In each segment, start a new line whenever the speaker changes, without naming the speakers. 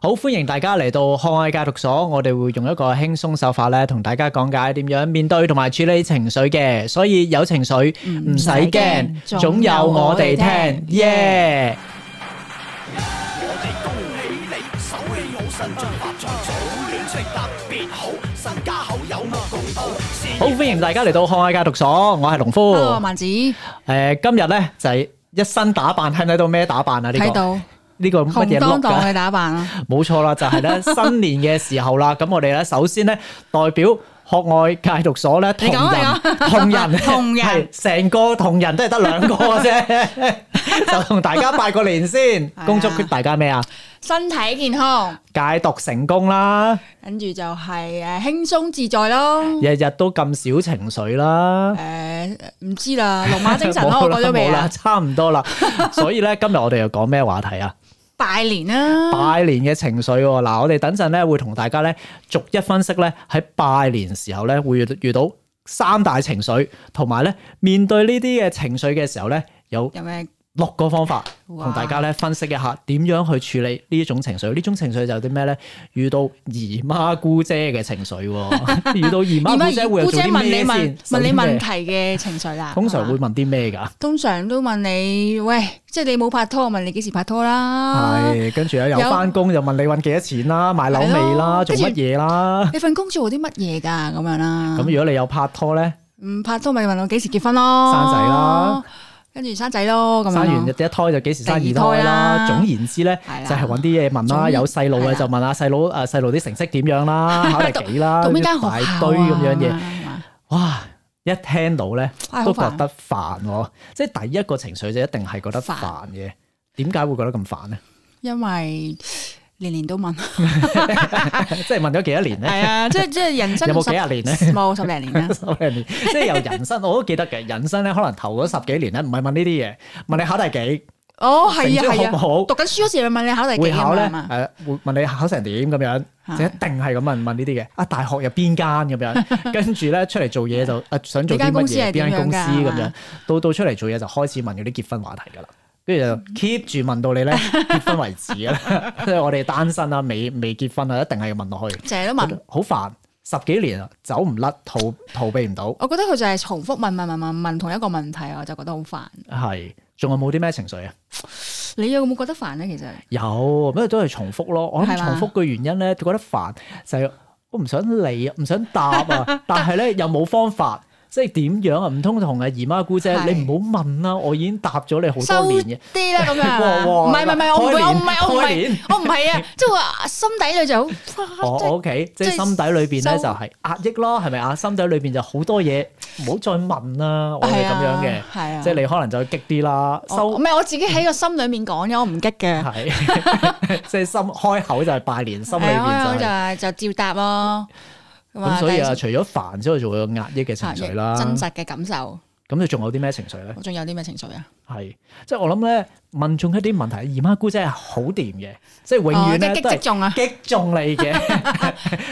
好歡迎大家嚟到可愛戒毒所，我哋會用一個輕鬆手法咧，同大家講解點樣面對同埋處理情緒嘅。所以有情緒唔使驚，總有我哋聽，耶！
我哋恭喜你，手氣好，新進發財，早戀情特別好，身家後有目共睹。事業
好歡迎大家嚟到可愛戒毒所，我係農夫。
Hello，萬子睇
誒，今日咧就係一身打扮，睇唔睇到咩打扮啊？呢個
到
呢個乜
紅
嘢
當
look
當
㗎
嘅打扮啊，
冇錯啦，就係 咧新年嘅時候啦。咁我哋咧首先咧代表學外戒毒所咧同
你講
人
啊
同人
同人
係成個同人都係得兩個 啫，就同大家拜個年先
係，啊
恭祝大家咩啊？
身體健康，
戒毒成功啦，
跟住就係誒輕鬆自在咯。
日日都咁少情緒啦。
誒唔知啦，龍 馬精神咯，
冇
我
啦
過咗未
冇啦，
啊？
差唔 多啦。所以咧，今日我哋又講咩話題啊？
拜年啦，
拜年嘅情緒喎，嗱，我哋等陣咧會同大家咧逐一分析咧喺拜年時候咧會遇到三大情緒，同埋咧面對呢啲嘅情緒嘅時候咧有
有咩
六個方法，
哇
同大家咧分析一下點樣去處理呢種情緒。呢種情緒就有啲咩咧？遇到姨媽姑姐嘅情緒喎，遇到姨媽姑姐會有做啲
問你
咩先？
問問你
首先咩
問題嘅情緒啦？
通常會
係嘛
問啲咩㗎？
通常都問你，喂，即係你冇拍拖，我問你幾時拍拖啦？
係跟住咧又
啊有
翻工又問你揾幾多錢啦，買樓未啦，
係咯
做
跟住
乜嘢啦？
你份工做啲乜嘢㗎？咁樣啦。
咁如果你有拍拖咧？
唔拍拖咪問我幾時結婚咯，
生仔啦，
跟住生仔咯，咁樣
生完
咯
第一胎就幾時生二
第二
胎
胎
啦。
啦
總言之咧
係，啦
就係揾啲嘢問
總
啦。
言
有細路嘅
係啦
就問下細佬誒細路啲成績點 樣啦，考第幾啦，
讀邊間
一大
學校
堆咁樣嘢。
嘢，
哇！一聽到咧
唉
都
好煩
覺得煩喎，即係第一個情緒就一定係覺得煩嘅。點解會覺得咁煩咧？
因為年年都問，
即係問咗幾多年咧？
係啊，即係即係人生
有冇幾
十
廿年咧，
冇十零年啦
十零年， 即係由人生我都記得嘅。人生咧可能頭嗰十幾年咧，唔係問呢啲嘢，問你考第幾，
哦係
成績
啊係
好唔
啊，
好
讀緊書嗰時咪問你考第
會
幾
考咧
啊嘛，
誒會問你考成點咁樣，
係
就一定係咁問問呢啲嘅。啊，大學入邊間咁 樣，跟住咧出嚟做嘢就啊想做啲
呢間
乜
公司
嘢，邊
係
間
點樣㗎
公司咁
係
樣
嘛，
到到出嚟做嘢就開始問嗰啲結婚話題㗎啦。跟住
嗯
就 keep 住問到你咧結婚為止㗎啦，即 係我哋單身啊，未未結婚啊，一定係問落去，
成日都問。
好煩，十幾年啊，走唔甩，逃逃避唔到，
我覺得佢就係重複問問問問問同一個問題，我就覺得好煩。
係仲有冇啲咩情緒啊？
你有冇覺得煩咧？其實
有，咁啊都係重複咯。我諗
係
重
嘛
複嘅原因咧，覺得煩就係、我唔想理啊，唔想答 啊，但係咧又冇方法，即係點樣啊？唔通同阿姨媽姑姐，
係
你唔好問啦，我已經答咗你好
收
多年嘅。
啲啦咁樣係
哇
嘛，
哇
唔係唔係唔係，我唔會，我唔係我唔
開年開年
係我唔係啊！即係話心底裏就好，
我
即係
我哦 OK，即係
即係
心底裏邊咧
收
就係壓抑咯，係咪啊？心底裏邊就好多嘢，唔好再問啦。我係
係
咁
啊
樣嘅，
係啊哦
即係你可能就激啲啦，
我
收
唔係我自己喺個心裏面講嘅，我唔激嘅。
係， 即係心開口就係拜年，心裏
係啊
邊
我
就係。
就就照答咯。
咁所以啊，
但係
除咗煩之外，仲會有壓抑嘅情緒啦。
真實嘅感受，
咁你仲有啲咩情緒咧？
我仲有啲咩情緒啊？
係，即係我諗咧，問中一啲問題，姨媽姑姐係好掂嘅，即係永
哦
遠
即係
咧
擊
都
擊中啊
係擊中你 嘅，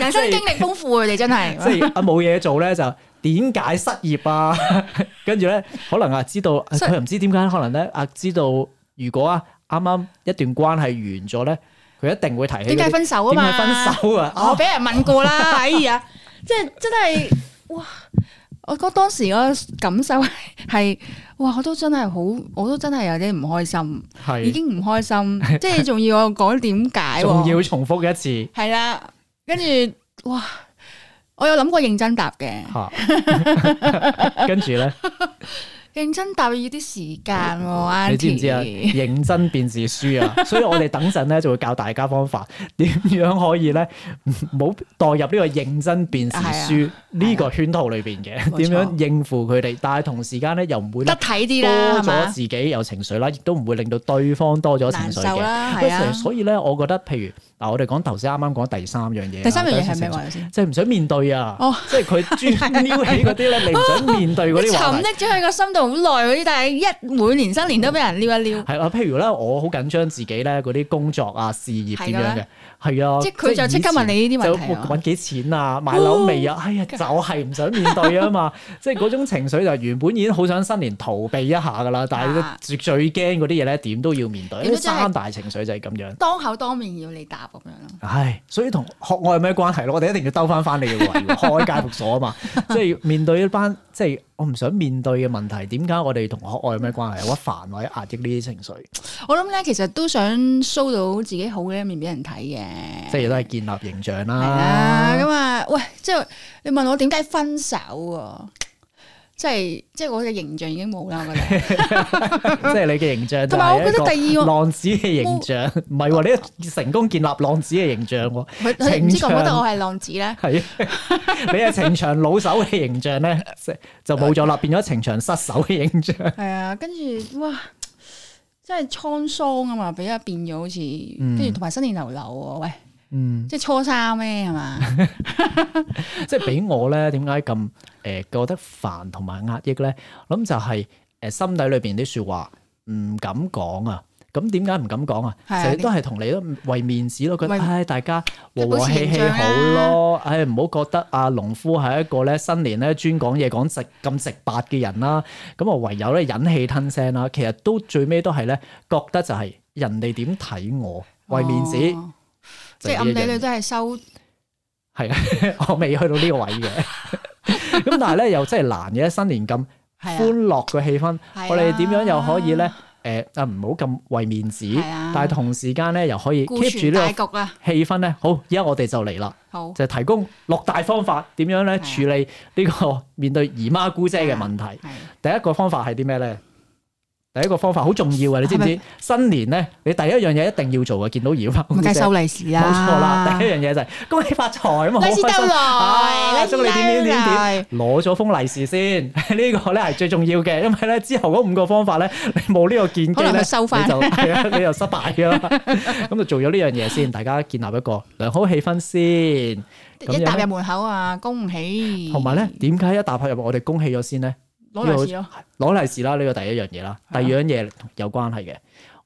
人生經歷豐富啊，你真係
即係啊冇嘢做咧就點解失業啊？ 跟住咧可能啊知道啊
失
佢又唔知點解，可能咧啊知道如果啊啱啱一段關係完咗咧，佢一定會提起
點解
嗰啲
分手啊
點
嘛？哦
解分手啊？
我
啊
俾人問 過啦，哎呀，即係真係哇！我嗰當時嗰個感受係哇，我都真係好，我都真係有啲唔開心，已
係，
經唔 開心，即係仲要我講點解喎？
仲要重複一次
係啦，跟住哇，我有諗過認真答嘅，
嚇，跟住咧
認真答要啲時間喎，
你知唔知啊？
Auntie
認真便是輸 啊！所以我哋等陣咧就會教大家方法，點樣可以咧唔好代入呢個認真便是輸呢個圈套裏邊嘅，
啊冇錯
點樣應付佢哋？但係同時間咧又唔會咧
得體啲
多
啦，係
咗
嘛？
自己有情緒啦，亦都唔會令到對方多咗情
難
緒
受
嘅。
啦，係
咁
啊。
所以咧，我覺得譬如嗱，我哋講頭先啱啱講第三樣嘢啦，
第三樣嘢係
情
咩
緒
話頭先？
就係唔想面對啊
哦！ 啊
即係佢專撩起嗰啲咧，你唔想面對嗰
你
啲話題
沉溺咗喺個心度，好耐嗰啲，但係一每年新年都俾人撩一 撩，
係啦，啊譬如咧，我好緊張自己咧嗰啲工作啊、事業點樣嘅，係啊，
即係佢就即刻問你呢啲問題
就
啊。
揾幾錢啊，買樓未 啊？哎呀，就係唔想面對啊嘛，即係嗰種情緒就原本已經好想新年逃避一下噶啦，但係
啊
最最驚嗰啲嘢咧點都要面對，
亦都
呢
真係
三大情緒就係咁樣。
當口當面要你答咁樣咯，
唉，所以同學愛有咩關係咯？我哋一定要兜翻翻你嘅位，開戒毒所啊嘛， 即係面對一班即係我唔想面對嘅問題，點解我哋同學愛有咩關係？有乜煩或者壓抑呢啲情緒，
我諗咧其實都想 show 到自己好嘅一面俾人睇嘅。
即係亦都係建立形象
系啦，
啦。
咁啊，喂，即系你問我點解分手啊？即係即系我嘅形象已經冇啦，我覺得。
即係你嘅形象就
同埋我覺
係
得
一
第
個
二個
浪子嘅形象，唔係喎，你成功建立浪子嘅形象喎，
佢佢唔知覺唔覺
情
得
場
我係浪子咧？
係你係情場老手嘅形象咧，即係就冇咗啦，變咗情場失手嘅形象。
係啊，跟住哇，真係滄桑啊嘛，俾啊變咗好似，
嗯
跟住同埋新年流流喎，喂，
嗯。
即係初三咩係嘛？
即係俾我咧，點解咁誒覺得煩同埋壓抑咧？我諗就係、呃心底裏邊啲説話唔敢講啊。咁點解唔敢講啊？
係啊
成日都係同你都為面子咯，覺得
為
唉大家
即
和
係保持
和氣氣
形象啊
好咯，唉唔好覺得阿農夫係一個咧新年咧專講嘢講直咁直白嘅人啦。咁我唯有咧忍氣吞聲啦。其實都最尾都係咧覺得就係人哋點睇我， 為面子，
哦即係暗地裏都係收，
係啊，我未去到呢個位嘅。咁但係咧，又真係難嘅。新年咁
係
歡樂嘅氣氛，
啊，
我哋點樣又可以咧？誒啊，唔好咁為面子，
係啊
但係同時間咧又可以
顧
keep 住
全
呢
大
個
局啊？
氣氛咧。好，而家我哋就嚟啦，
好，
就提供六大方法點樣咧
係啊
處理呢個面對姨媽姑姐嘅問題。
係
第一個方法係啲咩咧？第一個方法好重要嘅，你知唔
係
知？新年咧，你第一樣嘢一定要做嘅，見到姨媽姑
咪梗
姐
係，收利是
冇
啦，
錯啦。第 一樣嘢就係恭喜發財啊嘛，好
利是
開
到
心。
來，
啊
利是
祝你點點點
到來
點，攞咗封利是先， 呢個咧係最重要嘅，因為咧之後嗰五個方法咧，你冇呢個見機
可能
咧，
佢收返
你就 係啊，你又失敗㗎 啦。咁就做咗呢樣嘢先，大家建立一個良好氣氛先。咁
一踏入
樣
門口啊，恭喜！
同埋咧，點解一踏入我哋恭喜咗先咧？
攞利是咯，
攞利是啦，呢個第一樣嘢啦，第
係
二
啊
樣嘢有關係嘅。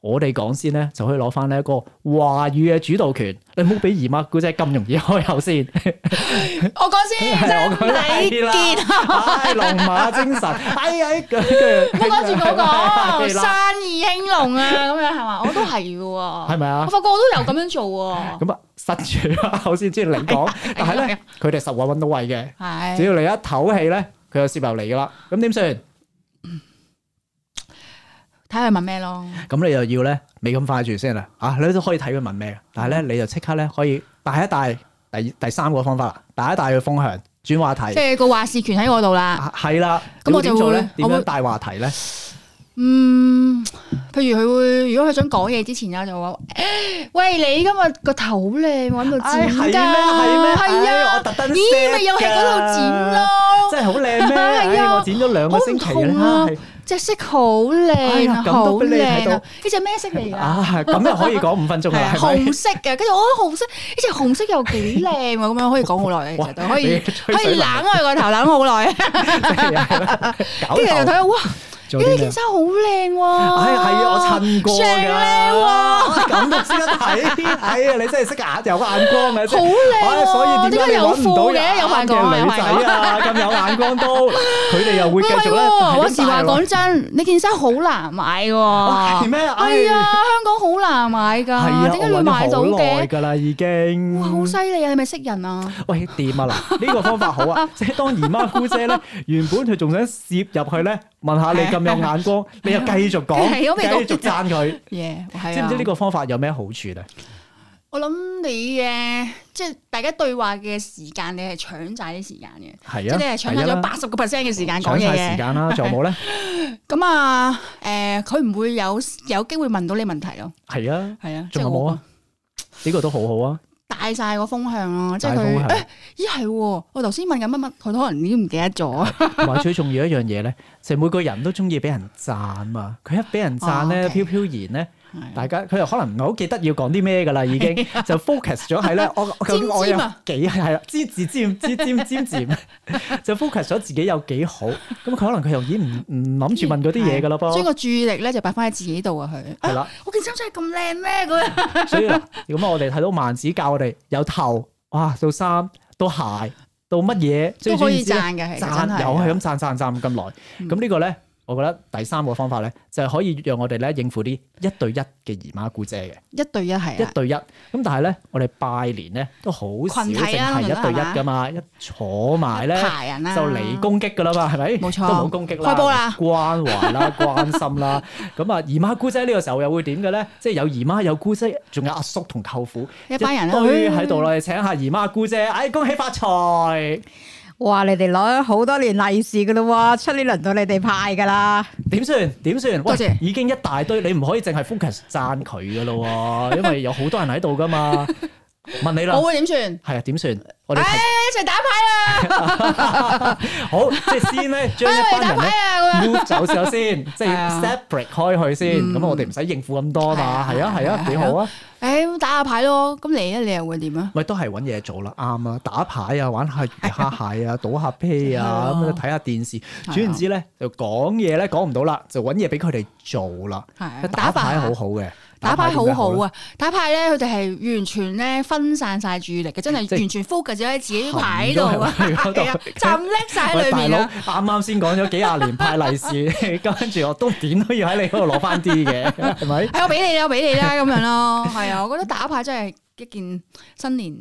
我哋講先咧，就可以攞翻呢一個話語嘅主導權。你唔好俾姨媽姑姐咁容易開口先。
我講 先，
係
身
我講
體
係啦
健康，
唉，龍馬精 神，哎呀，跟住
啊唔好講住我講，
係啦
生意興隆啊，咁樣係嘛？我都係嘅喎，
係咪
我
啊？
發覺我都有咁樣做喎，
咁啊，塞住啊，口先知你
哎
講，但係咧，佢哋實話揾到位嘅，只
係
要你一唞氣咧，佢就攝入嚟噶啦。咁點算？
睇下佢問咩咯，
咁你又要咧，未咁快住先啦。啊，你都可以睇佢問咩嘅，但係咧，你就即刻咧可以帶一帶第第三個方法啦，帶一帶佢風向，轉話題
即。係個話事權喺我度啦。
啊係啦，
咁
你會
我就
點做
會
咧？點
我
樣
會
帶話題咧？
嗯，譬如佢會，如果佢想講嘢之前咧，就話：喂，你今日個頭好靚，揾度
唉
剪
係
㗎，
咩係咩
係
唉
啊
我特，登
咦，咪又係嗰度剪
set
咯。
真係好靚咩？
係
唉
啊
我剪咗兩個星期
好唔同
啦
啊。隻色好靚
呀
啊，
咁
好
都俾你
靚
睇
啊！
到
呢隻咩色嚟㗎？
啊，咁又可以講五分鐘
係
啦
啊，，
係咪
紅？色嘅，跟住我覺得紅色呢隻紅色又幾靚喎，咁樣可以講 好耐嘅，其實都可
你
以
吹水
可
文
以攬佢個頭攬 好耐，
搞
跟住就睇
頭
到哇，
做
呢
啲咩
件？衫好靚喎，
唉，係啊，我襯過㗎。
正靚喎，
咁就先得睇。哎呀，你真係識眼有眼光嘅，真係
好
唉所
靚
以點
喎，點
解
解
你
有
揾唔到
褲嘅？有
眼嘅
眼光，有
女
眼
仔
光。
啊？咁有眼光都，佢哋又
唔
會繼
係
續咧。
喎，我
係咁
時話
帶落
講真，呢件衫好難買
哦係
喎。
咩？哎
係啊，，香港好難買
係
㗎，
啊，
點解你會買到
我揾咗好耐
嘅？
㗎啦，已經。
哇，好犀利啊！你咪識人啊？
喂，掂 啊嗱，呢個方法好啊，即係當姨媽姑姐咧，原本佢仲想攝入去咧，問下你咁有 眼光，你又繼續
係我未講
講，繼續讚 佢，
耶，係
知唔
啊
知呢個方法有咩好處咧？
我諗你嘅即係大家對話嘅時間，你係搶晒啲時間嘅，即
係
係
啊，
你係
第
搶
一
晒
啦
咗八十個 percent 嘅時間講
搶
嘢
晒時
嘅。
間 啦，仲有冇咧？
咁啊，誒，佢唔會有有機會問到你問題咯，
係啊，
係啊，即
仲
係
有冇
我
啊？呢個都好好啊，
帶晒個風向咯，即
大
係
方
佢
向。
誒，咦係喎，我頭先問緊乜乜，佢可能已經唔記得咗。
同埋最重要一樣嘢咧，就係每個人都中意俾人讚嘛。佢一俾人讚
哦
咧，飄
，OK
飄然咧，
啊
大家佢又可能唔係好記得要講啲咩噶啦，已經就 focus 咗喺咧， 我我究竟我有
尖尖啊
幾係啦，尖字尖尖尖尖尖， 就 focus 咗自己有幾好。咁佢可能佢又已經唔唔諗住問嗰啲嘢噶啦
所以
噃，
個注意力咧就擺翻喺自己度啊！佢
係啦
啊我件衫真係咁靚咩？咁樣
所以嗱咁啊我哋睇到萬子教我哋有頭哇，到衫到鞋到乜嘢，最
都可以
總言之
讚嘅，其實
讚
真係啊嗯
有係咁讚讚讚咁耐。咁呢個咧，我覺得第三個方法咧，就係可以讓我哋咧應付啲一對一嘅姨媽姑姐嘅。
一對一係啊
一
啦，
對一。咁但係咧，我哋拜年咧都好少淨
群體啊
係一對一噶嘛，一坐埋咧
一排人啦
就嚟攻擊噶啦嘛，係咪？
冇錯
都冇攻擊啦，
開波啦
關懷 啦，關心啦。咁啊，姨媽姑姐呢個時候又會點嘅咧？即係有姨媽有姑姐，仲有阿叔同舅父，
一班人
堆喺度啦，請下姨媽姑姐，哎，恭喜發財！
哇！你哋攞咗好多年利是噶啦喎，出年輪到你哋派噶啦。
點算？點算？
多
喂
謝，
已經一大堆，你唔可以淨係 focus 讚佢噶咯喎，因為有好多人喺度 噶嘛。問你啦
我，會點算？
係啊，點算？我哋
哎
提
一齊打牌啊啦！
好，即係先咧，將一
哎
班
打
人咧
牌啊！咁樣
move 走咗 先，即
係
係
啊
separate 開佢先，
嗯
咁我哋唔使應付咁多嘛，係
係
啊
啊
係
係
啊
啊，
幾好啊，
誒咁打下牌咯。咁你咧，你又會點啊？
咪都係揾嘢做啦，啱啊，打牌啊，玩下魚蝦蟹啊，賭下啤啊，咁樣
係啊
睇下電視，
啊
總言之咧就講嘢咧講唔到啦，就揾嘢俾佢哋做啦，
係啊
打
打牌
牌好好嘅，
打牌好
點解
好
咧，
啊！打牌咧，佢哋係完全咧分散晒注意力嘅，真
即
係
係
完全 focus 咗喺自己牌喺 度啊，
行咗喺佢嗰度
係啊，浸叻晒喺
喂，
裏
大
面
佬，
啊！
啱啱先講咗幾廿年派利是， 跟住我都點都要喺你嗰度攞翻啲嘅，係咪？
係我俾你啦，我俾你啦，咁 樣咯，係啊，我覺得打牌真係一件新年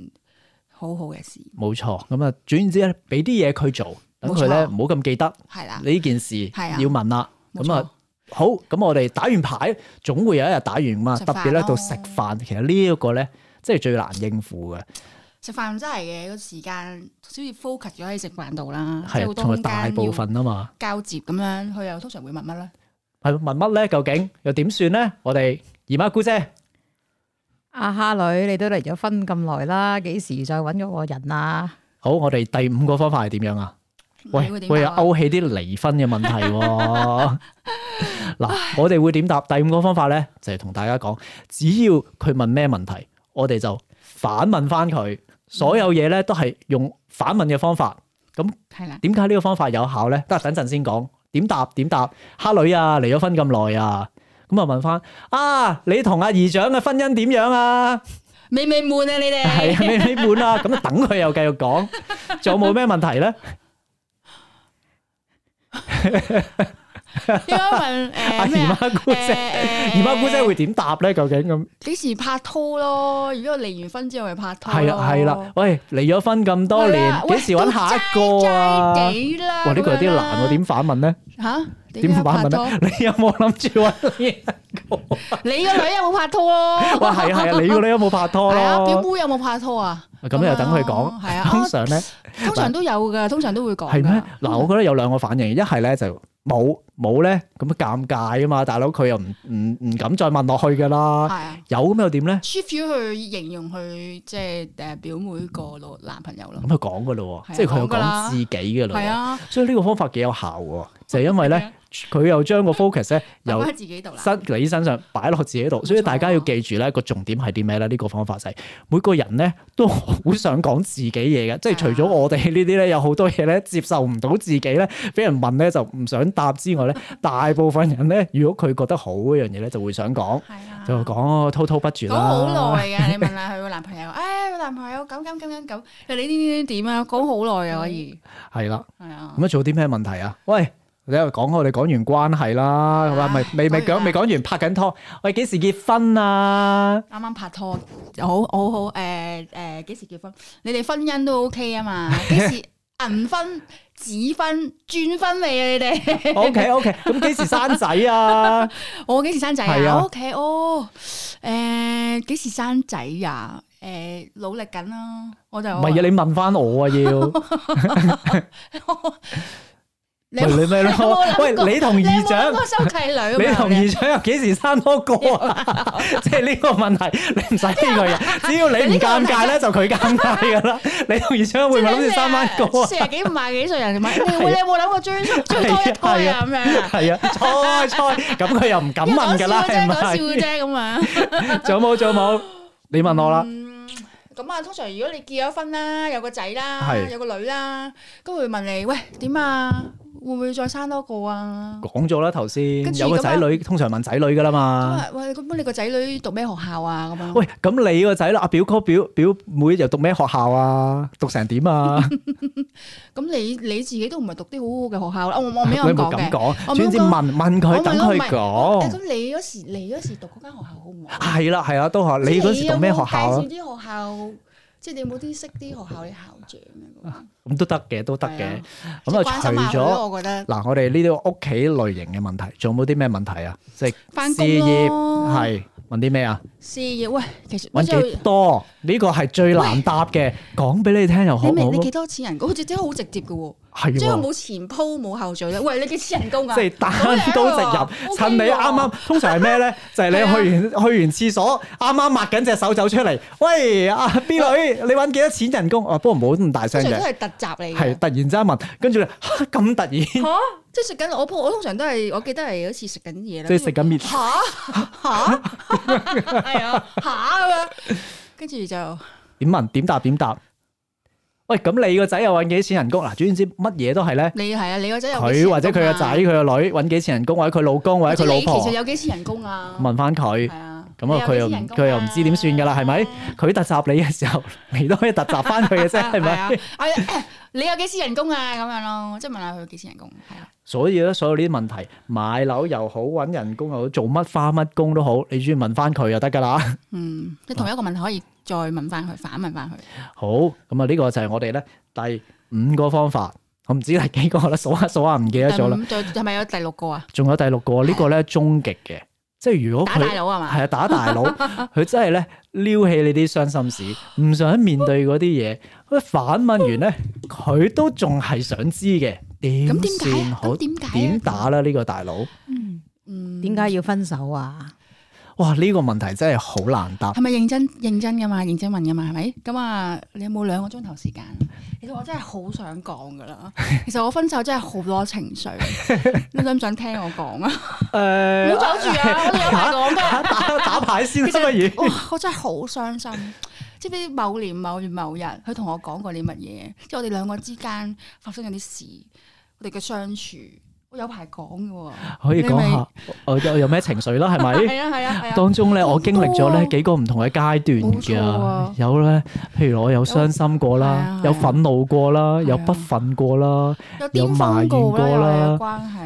好好嘅事，
冇錯，咁啊，總言之咧，俾啲嘢佢做，等佢咧
冇錯
唔好咁記得
係啦，
呢件事
係啊
要問啦。
冇
咁啊，好，咁我哋打完牌，總會有一日打完嘛。
食飯
特別咧
咯
到食飯，其實呢一個咧，即係最難應付嘅，
啊食飯真係嘅個時間先至 focus 咗喺食飯度啦，即係好
係
多
同
空
埋大
間
部
要
分啊嘛。
交接咁樣，佢又通常會問乜咧？
係問乜咧？究竟又點算咧？我哋姨媽姑姐
阿蝦啊女，你都離咗婚咁耐啦，幾時再揾咗個人啊？
好，我哋第五個方法係點樣啊？喂
你會，點
會
答啊
勾起啲離婚嘅問題 喎。嗱，我哋會點答？第五個方法咧，就係同大家講，只要佢問咩問題，我哋就反問翻佢。所有嘢咧都係用反問嘅方法。咁
係啦，
點解呢個方法有效咧？得等陣先講。點答？點答？蝦女啊，離咗婚咁耐啊，咁啊問翻啊，你同阿姨丈嘅婚姻點樣啊？
未未悶啊你
係
哋，
啊，你你滿啦，咁啊等佢又繼續講，仲有冇咩問題 咧？
應該問
阿
誒
姨
咩啊？呃
媽姑姐，姨媽姑姐會點答咧？究竟咁
幾時拍拖咯？如果離完婚之後咪拍拖咯，
係啦係啦，喂，離咗婚咁多
係
年
啦，
幾
喂
時揾下一個啊？
都齋齋地啦，
哇，呢個有啲難喎，
咁樣啦
點反問咧？
吓？
點反問
拍拖
咧？你有冇諗住揾 呢個？
你個女有冇拍拖咯？
哇，係啊係啊，你個女有冇拍拖
係 啊，表
咯？
妹有冇拍拖啊？
咁又等佢
咯係啊
講，，通常咧
啊通常都有噶，通常都會講㗎。
係咩？嗱，我覺得有兩個反應，一係咧就。冇冇咧，咁尷尬啊嘛！大佬佢又唔唔唔敢再問落去噶
係
啦。
啊
有咁又點咧？
，shift 咗去形容佢即係誒表妹個老男朋友咯
咁。佢講噶咯喎，
係啊
即係佢又
講㗎
講
啦
自己嘅咯
係
喎，
啊，
所以呢個方法幾有效喎，就係因為
係
咧
啊，
佢又將個 focus 咧
留
由
翻喺自己度啦。
身你身上擺落自己度，所以大家要記住咧個重點係啲咩咧？呢個方法就係每個人咧都好想講自己嘢嘅，
啊
即係除咗我哋呢啲咧有好多嘢咧接受唔到自己咧，俾人問咧就唔想答之外咧，大部分人咧如果佢覺得好嗰樣嘢咧就會想講，
係啊，
就講哦滔滔不絕
講
啦。
好耐嘅。你問下佢個男朋友，誒，佢男朋友咁咁咁咁咁，你呢啲點啊？講好耐啊，可以
係啦。
係啊
咁。樣做啲咩問題啊？喂，你又講我哋講完關係啦，係嘛？咪
唉哎
未未
講
講
完啦
未講完拍緊拖，喂，幾時結婚啊？
啱啱拍拖，好好好，誒誒幾時結婚？你哋婚姻都 OK à. 啊嘛？幾時銀婚、紙婚、鑽婚未啊？你哋
O K O K，咁幾時生仔啊？
我幾時生仔
係
啊
啊
我屋企哦，誒幾時生仔啊？誒努力緊啦，我就
à, 唔係啊，你問翻我啊，要
我你
咪你咪咯
有冇諗，過
喂你同
你有
姨
冇諗
丈。
過收契
你
女咁
同
樣
姨
嘅？
丈又幾時生多個 啊？即係呢個問題，你唔使呢個人，只要你唔尷尬咧，就佢尷尬噶啦。你同姨丈會唔會諗住生翻個啊
四？廿幾五廿幾歲人問你會你有冇諗過追追多一胎啊咁樣啊？
係啊，猜猜咁佢又唔敢問㗎啦，
因為
係
講笑啫，講
咪？
笑啫咁啊。
仲有冇？仲有冇？你問我啦。
咁啊，通常如果你結咗婚啦，有個仔啦，
係
有個女啦，都會問你喂點啊？會唔會再生多個啊？
講咗啦，頭先
跟住
有個
咁啊
仔女，通常問仔女㗎啦
咁
嘛。
啊，喂，咁你個仔女讀咩學校啊？咁樣。
喂，咁你個仔啦，阿表哥表表妹又讀咩學校啊？讀成點啊？
咁你你自己都唔係讀啲好好嘅學校啦，我我我
你
未
有
咁
冇
講
咁
嘅。
講，
我冇咁
總之問問佢，
我
等
問
佢
咯唔係
講。
誒咁你嗰時你嗰時讀嗰間學校好唔好？
係啦係啦，都話你嗰時讀咩學校啊
即係？你有冇介紹啲學校，即係你有冇啲識啲學校嘅校長啊
咁都得嘅，都得嘅
係。
咁啊，
即係關心下佢
除
咯
咗
我覺得
嗱，我哋呢啲屋企類型嘅問題，仲有冇啲咩問題啊？即係
翻
事
工咯
業係問啲咩啊？
事業喂，其實我
揾
真
幾
係
多？呢個係最難答嘅，講俾你聽又好
你
唔
明
好
你？幾多錢人工？好似真係好直接嘅喎，
係
即係
喎。
冇前鋪冇後序咧。喂，你幾錢人工啊？
即係單刀直入，趁你啱啱通常係咩 咧？就係你去完
啊
去完廁所，啱啱抹緊隻手走出嚟，喂阿 B 女，你揾幾多錢人工？啊，不過唔好咁大聲
通常
嘅
都，係特集嚟
係
嘅。
突然之間問，跟住你嚇咁突然， 即
嚇！即係食緊我鋪，我通常都係我記得係好似食緊嘢啦。
係食緊面。
吓吓係啊吓咁樣，跟住就
點問點答點答？喂，咁你個仔又揾幾錢人工？嗱，總言之乜嘢都係咧，
你係啊，你個仔有幾錢人
佢
工啊
或者佢個仔、佢個女揾幾錢人工，或者佢老公或者佢老
或者你
婆
其實有幾錢人工啊？
問翻佢
係。啊，
咁啊，佢又唔佢又唔知點算㗎啦，係 咪？佢突襲你嘅時候，你都可以突襲翻佢嘅 啫，係
咪
咪？？
哎哎 你有幾錢人工啊？咁樣咯，即係問下佢幾錢人工，係啊，
所以咧，所有呢啲問題，買樓又好，揾人工又好，做乜花乜工都好，你主要問翻佢就得㗎啦。
嗯，即係同一個問題可以再問翻佢，反問翻佢。
好，咁啊，呢個就係我哋咧第五個方法。我唔知第幾個啦，數下數下唔記得咗啦。
咁再係咪有第六個啊？
仲有第六個呢個咧終極嘅，即係如果
打大
佢
佬係嘛？
係啊打大 佬，佢真係咧撩起你啲傷心事，唔想面對嗰啲嘢，佢反問完咧，佢都仲係想知嘅，點
咁點解
算
啊？
好
咁？點解啊？
點打啦呢個大佬？
嗯？
點解要分手啊？
哇！呢個問題真係好難答。
係咪認真認真噶嘛？認真問噶嘛？係咪？咁啊，你有冇兩個鐘頭時間？其實我真係好想講 噶啦。其實我分手真係好多情緒，你想唔想聽我講啊？唔
誒
好走住啊！我哋有排講
打
噶。
打牌先 啦，
其實
不如
哇！我真係好傷心。知唔知某年某月某日，佢同我講過啲乜嘢？即係我哋兩個之間發生咗啲事，我哋嘅相處，我有排講噶
可以講下
你咪
我有有咩情緒啦？係
喎。
咪？
係啊係啊係啊！
當中咧，
好
我經歷咗
多
咧
啊
幾個唔同嘅階段
冇錯
㗎
啊，
有咧，譬如我有傷心過
係
啦
啊，
有
係啊
憤怒過啦，
係啊
有不忿過啦，
有
有
巔
埋
峰
怨
過
過
啦，又
啦
係有關係。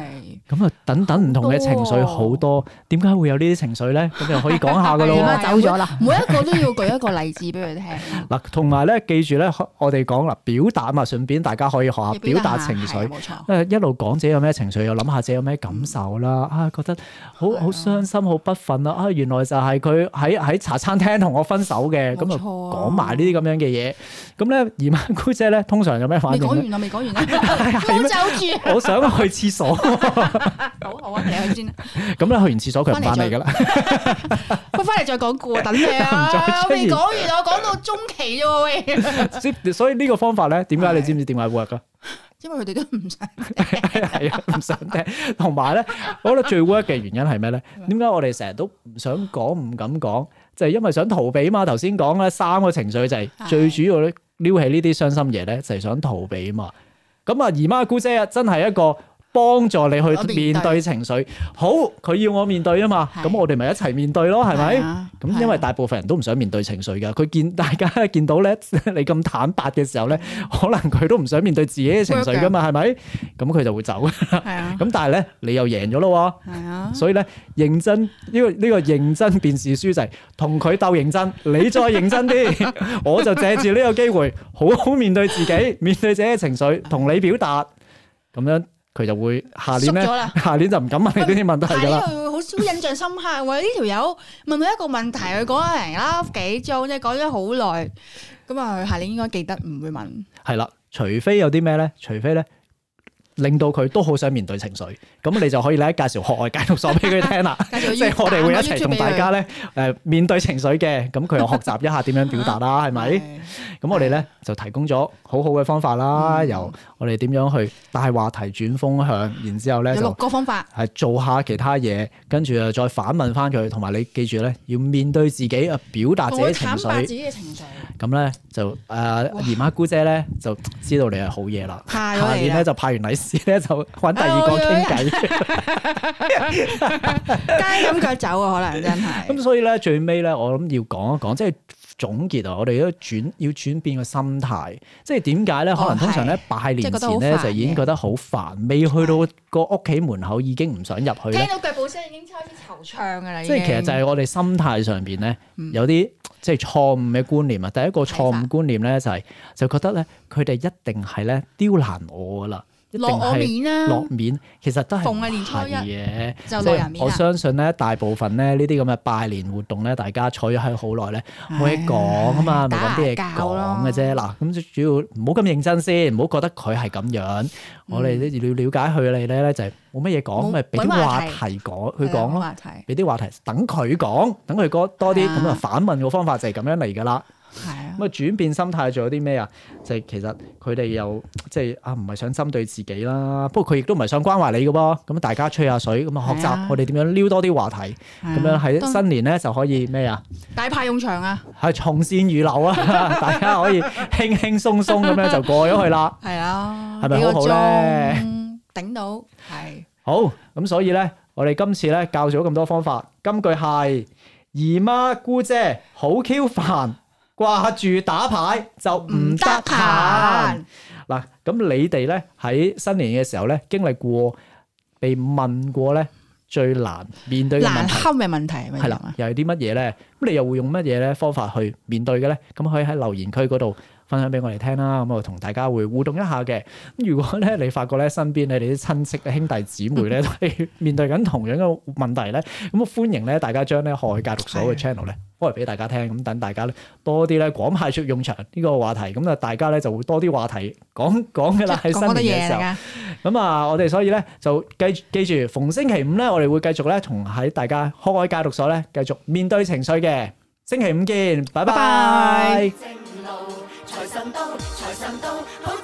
咁啊等等唔同嘅情緒好
好啊
多。點解會有呢啲情緒咧？咁又可以講下㗎
係
咯
啊
點
喎
啊？走咗啦？
每一個都要舉一個例子俾佢聽。
嗱，同埋咧，記住咧，我哋講啦，表達嘛，順便大家可以學下
要
表達
下
情
係
緒
啊。冇錯。
誒呃一路講自己有咩情緒，又諗下自己有咩感受啦，啊覺得好
係啊
好傷心、好不忿啦，啊原來就係佢喺喺茶餐廳同我分手嘅，咁
冇
就
錯啊
講埋呢啲咁樣嘅嘢。咁咧姨媽姑姐咧通常有咩反
未講
應咧？
完啦，未講完啦，
係
冇
咩？
走住。
我想去廁所，
好好啊，你 去先啦。
咁咧去完廁所佢唔翻嚟㗎啦。
我翻嚟再講故啊，等你啊
又唔再。出現
我未講完啊，我講到中期啫喎，喂。
所以 所以呢個方法咧，點解你
係
知唔知點解 work 啊？
因為佢哋都唔想。
係啊，唔想聽。同埋咧，我覺得最 work 嘅原因係咩咧？
嗯
點解我哋成日都唔想講、唔敢講？就係因為想逃避嘛。頭先講咧三個情緒就係
係
最主要咧，撩起呢啲傷心嘢咧，就係想逃避嘛。咁啊，姨媽姑姐啊，真係一個幫助你
我
去
面對
面對情緒。好，佢要我面對啊嘛，
係
咁我哋咪一齊面對咯，係咪？
啊
咁因為
係啊
大部分人都唔想面對情緒㗎，佢見 大家見到咧 你咁坦白嘅時候咧，可能佢都唔想面對自己嘅情緒㗎嘛，係咪？咁佢就 會走。
係啊
咁但係咧，你又贏咗咯
係啊
喎，。所以咧認真呢、個呢、個認真辨事書就係同佢鬥認真，你再認真 啲，我就借住呢個機會好好面對 自己，面對自己嘅情緒，同你表達，咁樣佢就會下年
縮咗
咧，
啦
下年就唔敢問你呢啲問題
係
㗎
呢
啦。
個好好印象深刻喎！呢條友問到一個問題，佢講咗零啦幾鐘，即係講咗好耐。咁啊，佢下年應該記得唔會問。
係啦，除非有啲咩咧，除非咧令到佢都好想面對情緒，咁你就可以咧介紹學外戒毒所俾佢聽 啦。
繼 續
即係我哋會一齊同大家
咧
咧誒面對情緒嘅，咁佢又學習一下點樣表 達
啊
啦，係咪？咁我哋咧就提供咗好好嘅方法啦，
嗯
由我哋點樣去帶話題轉風向，然之後咧
有六
就
個方法，
係做下其他嘢，跟住又再反問翻佢，同埋你記住咧要面對自己啊，表達自
我
己
會
情
坦白自
緒。
己嘅情緒，
咁咧就誒、呃
哇
姨媽姑姐咧就知道你係好嘢 啦，
派
下
咗你
年
啦哎
咧，就派完利是咧就揾第二 個傾偈。
街咁腳走啊，可能真係
咁所以咧，最尾咧，我諗要講一講，即係總結啊！我哋都轉要轉變個心態，即係點解咧？
哦
可能通常咧
係
拜年
即係覺
前
得
咧
好煩
就已經覺得好煩，未去到個屋企門口已經唔想入去
聽
咧。
到腳步聲已經開始惆悵噶啦，已
即
經
係其實就係我哋心態上邊咧
啊嗯
有啲即係錯誤嘅觀念啊！第一個錯誤觀念咧就係就覺得咧佢哋一定係咧刁難我噶啦，一定
落我
係
面
落
啦，
面，其實都係
逢
唔
係年初
係
一
嘅。
就
即
落人
係
面啊
我
啦。
相信咧，大部分咧呢啲咁嘅拜年活動咧，大家坐咗喺好耐咧，冇嘢講啊嘛，咪揾啲嘢
打下交咯
講嘅啫。嗱，咁主要唔好咁認真先，唔好覺得佢係咁樣。我哋咧要了解佢哋咧，就係冇乜嘢講，
嗯冇
咪俾啲
搵話
話
題
題講佢講咯，
話題
俾啲話題等佢講，等佢講多啲，
係啊
咁啊反問個方法就係咁樣嚟㗎啦。
係啊，
咁啊轉變心態仲有啲咩啊？就係其實佢哋又即係啊，唔係想針對自己啦，不過佢亦都唔係想關懷你嘅噃。咁大家吹下水，咁啊學
係
習
啊
我哋點樣撩多啲話題，咁樣喺
當
新年咧就可以咩啊？
大派用場啊，
係從善如流啊！ 大家可以輕輕鬆鬆咁樣就過咗去啦。
係啦，
係咪
幾個
好好咧
鐘？頂到係
好，咁所以咧，我哋今次咧教咗咁多方法，金句係姨媽姑姐好 Q 煩，掛住打牌就唔得閒。嗱，咁你哋咧喺新年嘅時候咧，經歷過被問過咧最難面對嘅問
難
題
堪嘅問題係啊咪
係啦，又係啲乜嘢咧？咁你又會用乜嘢咧方法去面對嘅咧？咁可以喺留言區嗰度分享俾我哋聽啦。咁我同大家會互動一下嘅。咁如果咧你發覺咧身邊你哋啲親戚兄弟姊妹 咧都係面對緊同樣嘅問題咧，咁歡迎咧大家將咧害戒毒所嘅 channel 咧開嚟俾大家聽，咁等大家咧多啲咧廣派出用場呢個話題，咁啊大家咧就會多啲話題講講嘅啦喺
講
新
多
年嘅
嘢
時
嚟
候。
㗎，
咁啊，我哋所以咧就記記住，逢星期五咧，我哋會繼續咧同喺大家開開戒毒所咧，繼續面對情緒嘅。星期五見，拜拜
拜拜
正路，財神到，財神到，好正